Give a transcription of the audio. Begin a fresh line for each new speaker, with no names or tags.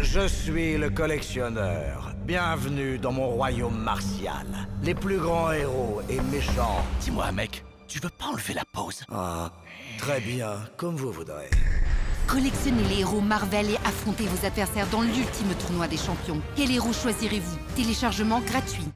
Je suis le collectionneur. Bienvenue dans mon royaume martial. Les plus grands héros et méchants.
Dis-moi, mec, tu veux pas enlever la pause
Ah, très bien, comme vous voudrez.
Collectionnez les héros Marvel et affrontez vos adversaires dans l'ultime tournoi des champions. Quel héros choisirez-vous Téléchargement gratuit.